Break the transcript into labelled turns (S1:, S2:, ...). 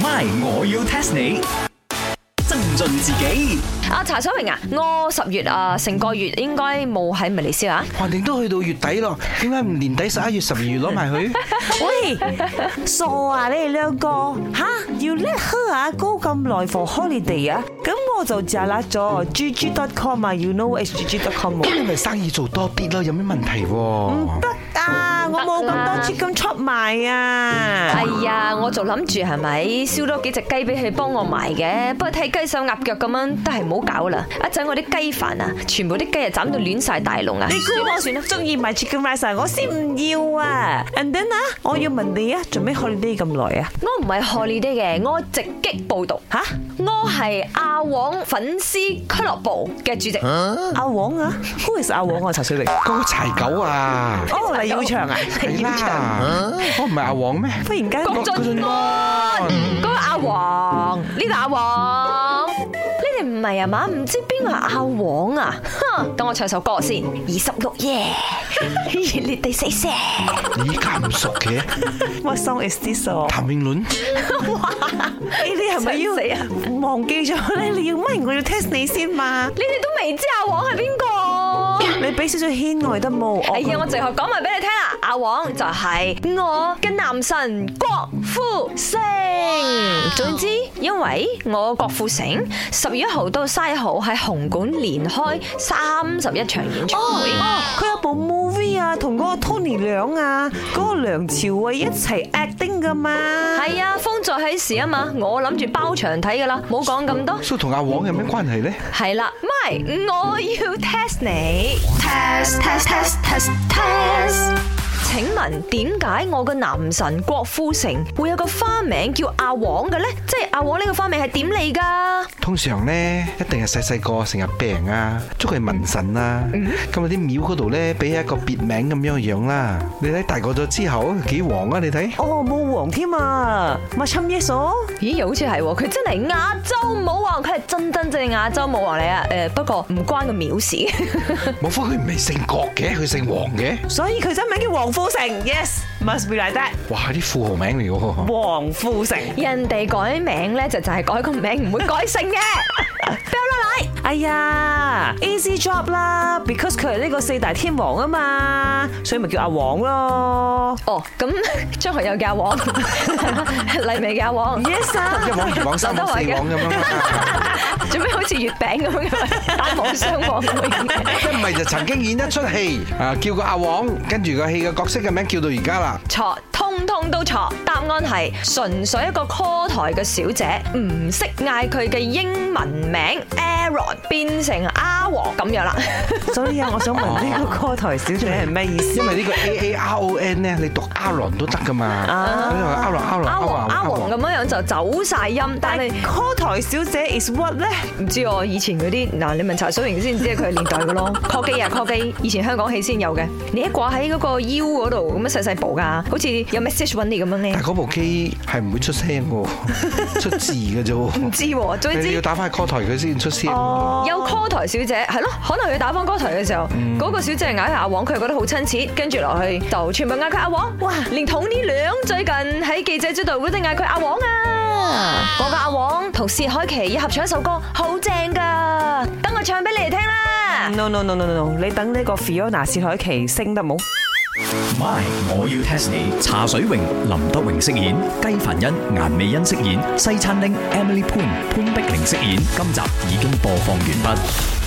S1: My，我要 test 你。增進自己，
S2: 啊，茶水榮啊，我十月啊，成個月應該冇喺馬來西亞。
S3: 橫掂都去到月底咯，點解唔年底十一月、十二月攞埋 佢？
S4: 喂，傻啊你哋兩個吓，要叻呵啊高咁耐 for holiday 啊，咁我就就甩咗 gg.com 啊，you know hgg.com 喎
S3: 咁你咪生意做多啲咯，有咩問題喎？
S4: 得啊，我冇咁多資金出賣啊。
S2: 哎呀，我就諗住係咪燒多幾隻雞俾佢幫我埋嘅，不過睇雞手鴨腳咁樣都係唔好搞啦。一陣我啲雞飯啊，全部啲雞啊斬到亂晒大籠啊！
S4: 你估我算中意買 chicken rice 啊我先唔要啊！And then 啊，我要問你啊，做咩 holiday 咁耐啊？
S2: 我唔係 holiday 嘅，我直擊報道
S4: 吓，
S2: 我係阿王粉絲俱樂部嘅主席。
S4: 阿王啊，Who is 阿王啊？茶水榮。
S3: 嗰個柴狗啊，
S4: 哦，黎耀祥啊，
S3: 係啦，我唔係阿黃咩？
S4: 忽然間
S2: 郭晉安，嗰個阿王，呢個阿王，你哋唔係啊嘛？唔知邊個係阿王啊？哼，等我唱首歌先，二十六夜，熱烈地 say say，
S3: 你家唔熟嘅，
S4: ，What song is this 啊？
S3: 譚詠麟
S4: 你你係咪要
S2: 想
S4: 忘記咗咧？你要咪我要 test 你先嘛？
S2: 你哋都未知阿王係邊個？
S4: 你俾少少牽外得冇？
S2: 哎呀，我最後講埋俾你聽啦，阿王就係我嘅男神郭富城。總之，因為我郭富城十月一號到三十一號喺紅館連開三十一場演唱會。
S4: 哦，佢有部 movie 啊，同嗰個 Tony à. 梁啊，嗰個梁朝偉一齊 acting 噶嘛。
S2: 係啊，風再起時啊嘛，我諗住包場睇噶啦，冇講咁多。
S3: ，so 同阿黃有咩關係咧？
S2: 係啦，咪我要 test 你。
S5: test test test test test
S2: 請問點解我嘅男神郭富城會有個花名叫阿王嘅呢？即係阿王呢個花名係點嚟㗎？
S3: 通常咧，一定係細細個成日病啊，捉佢文神啊，咁啊啲廟嗰度咧，俾一個別名咁樣樣啦。你睇大個咗之後幾黃啊？你睇
S4: 哦，冇王添啊，咪侵耶所。
S2: 咦，又好似係喎，佢真係亞洲舞王，佢係真真正正亞洲舞王嚟啊！誒，不過唔關個廟事。
S3: 冇科佢唔係姓郭嘅，佢姓黃嘅。
S4: 所以佢真名叫王富成，yes，must be like that，
S3: 哇！啲富豪名嚟嘅喎。
S4: 王富成。
S2: 人哋改名呢，就就係改個名，唔會改姓嘅。
S4: 哎呀，easy job 啦，because 佢係呢個四大天王啊嘛，所以咪叫阿王咯。
S2: 哦，咁 張學友嘅阿王，黎明嘅阿 王，
S4: Yes 啊
S3: 一，往二往三往四往咁樣啦，
S2: 做咩好似月餅咁樣嘅？單冇雙望咁嘅。
S3: 一唔係就曾經演一出戲，啊叫個阿黃，跟住個戲嘅角色嘅名叫到而家啦。
S2: 錯，通通都錯。答案係純粹一個 call 台嘅小姐唔識嗌佢嘅英文名 Aaron 變成阿王咁樣啦。
S4: 所以啊，我想問呢個歌台小姐係咩意思
S3: 因？為呢個 A A R O N 咧，你讀 Aaron 都得噶嘛，你話 Aaron Aaron
S2: 阿
S3: Aaron
S2: 王阿王咁樣樣就走晒音，但
S4: 但
S2: 係
S4: 係歌台小姐 is what 咧？
S2: 唔知我以前嗰啲嗱，你問茶水榮先知佢係年代嘅咯。call 機啊 call 機，以前香港戲先有嘅，你一掛喺嗰個腰嗰度咁樣細細部㗎，好似有 message 揾你咁樣 咧
S3: 但。係嗰部機係唔會出聲 喎，出字嘅啫
S2: 唔
S3: 喎。
S2: 知喎，總
S3: 你
S2: 之
S3: 要。打哦翻 call 台佢先出聲。
S2: 有 call 台小姐係咯，可能佢打翻 call 台嘅時候，
S3: 嗯
S2: 嗰個小姐嗌佢阿王，佢係覺得好親切，跟住落去就全部嗌佢阿王。哇！連統呢兩最近喺記者招待會都嗌佢阿王啊！我嘅阿王同薛凱琪要合唱一首歌，好正㗎，等我唱俾你哋聽啦。
S4: No no no no no，no，你等呢個 Fiona 薛凱琪升得冇？
S1: My，我要 test 你。茶水榮、林德榮飾演，雞凡欣、顏美欣飾演，西餐廳 Emily Poon 潘碧玲飾演。今集已經播放完畢。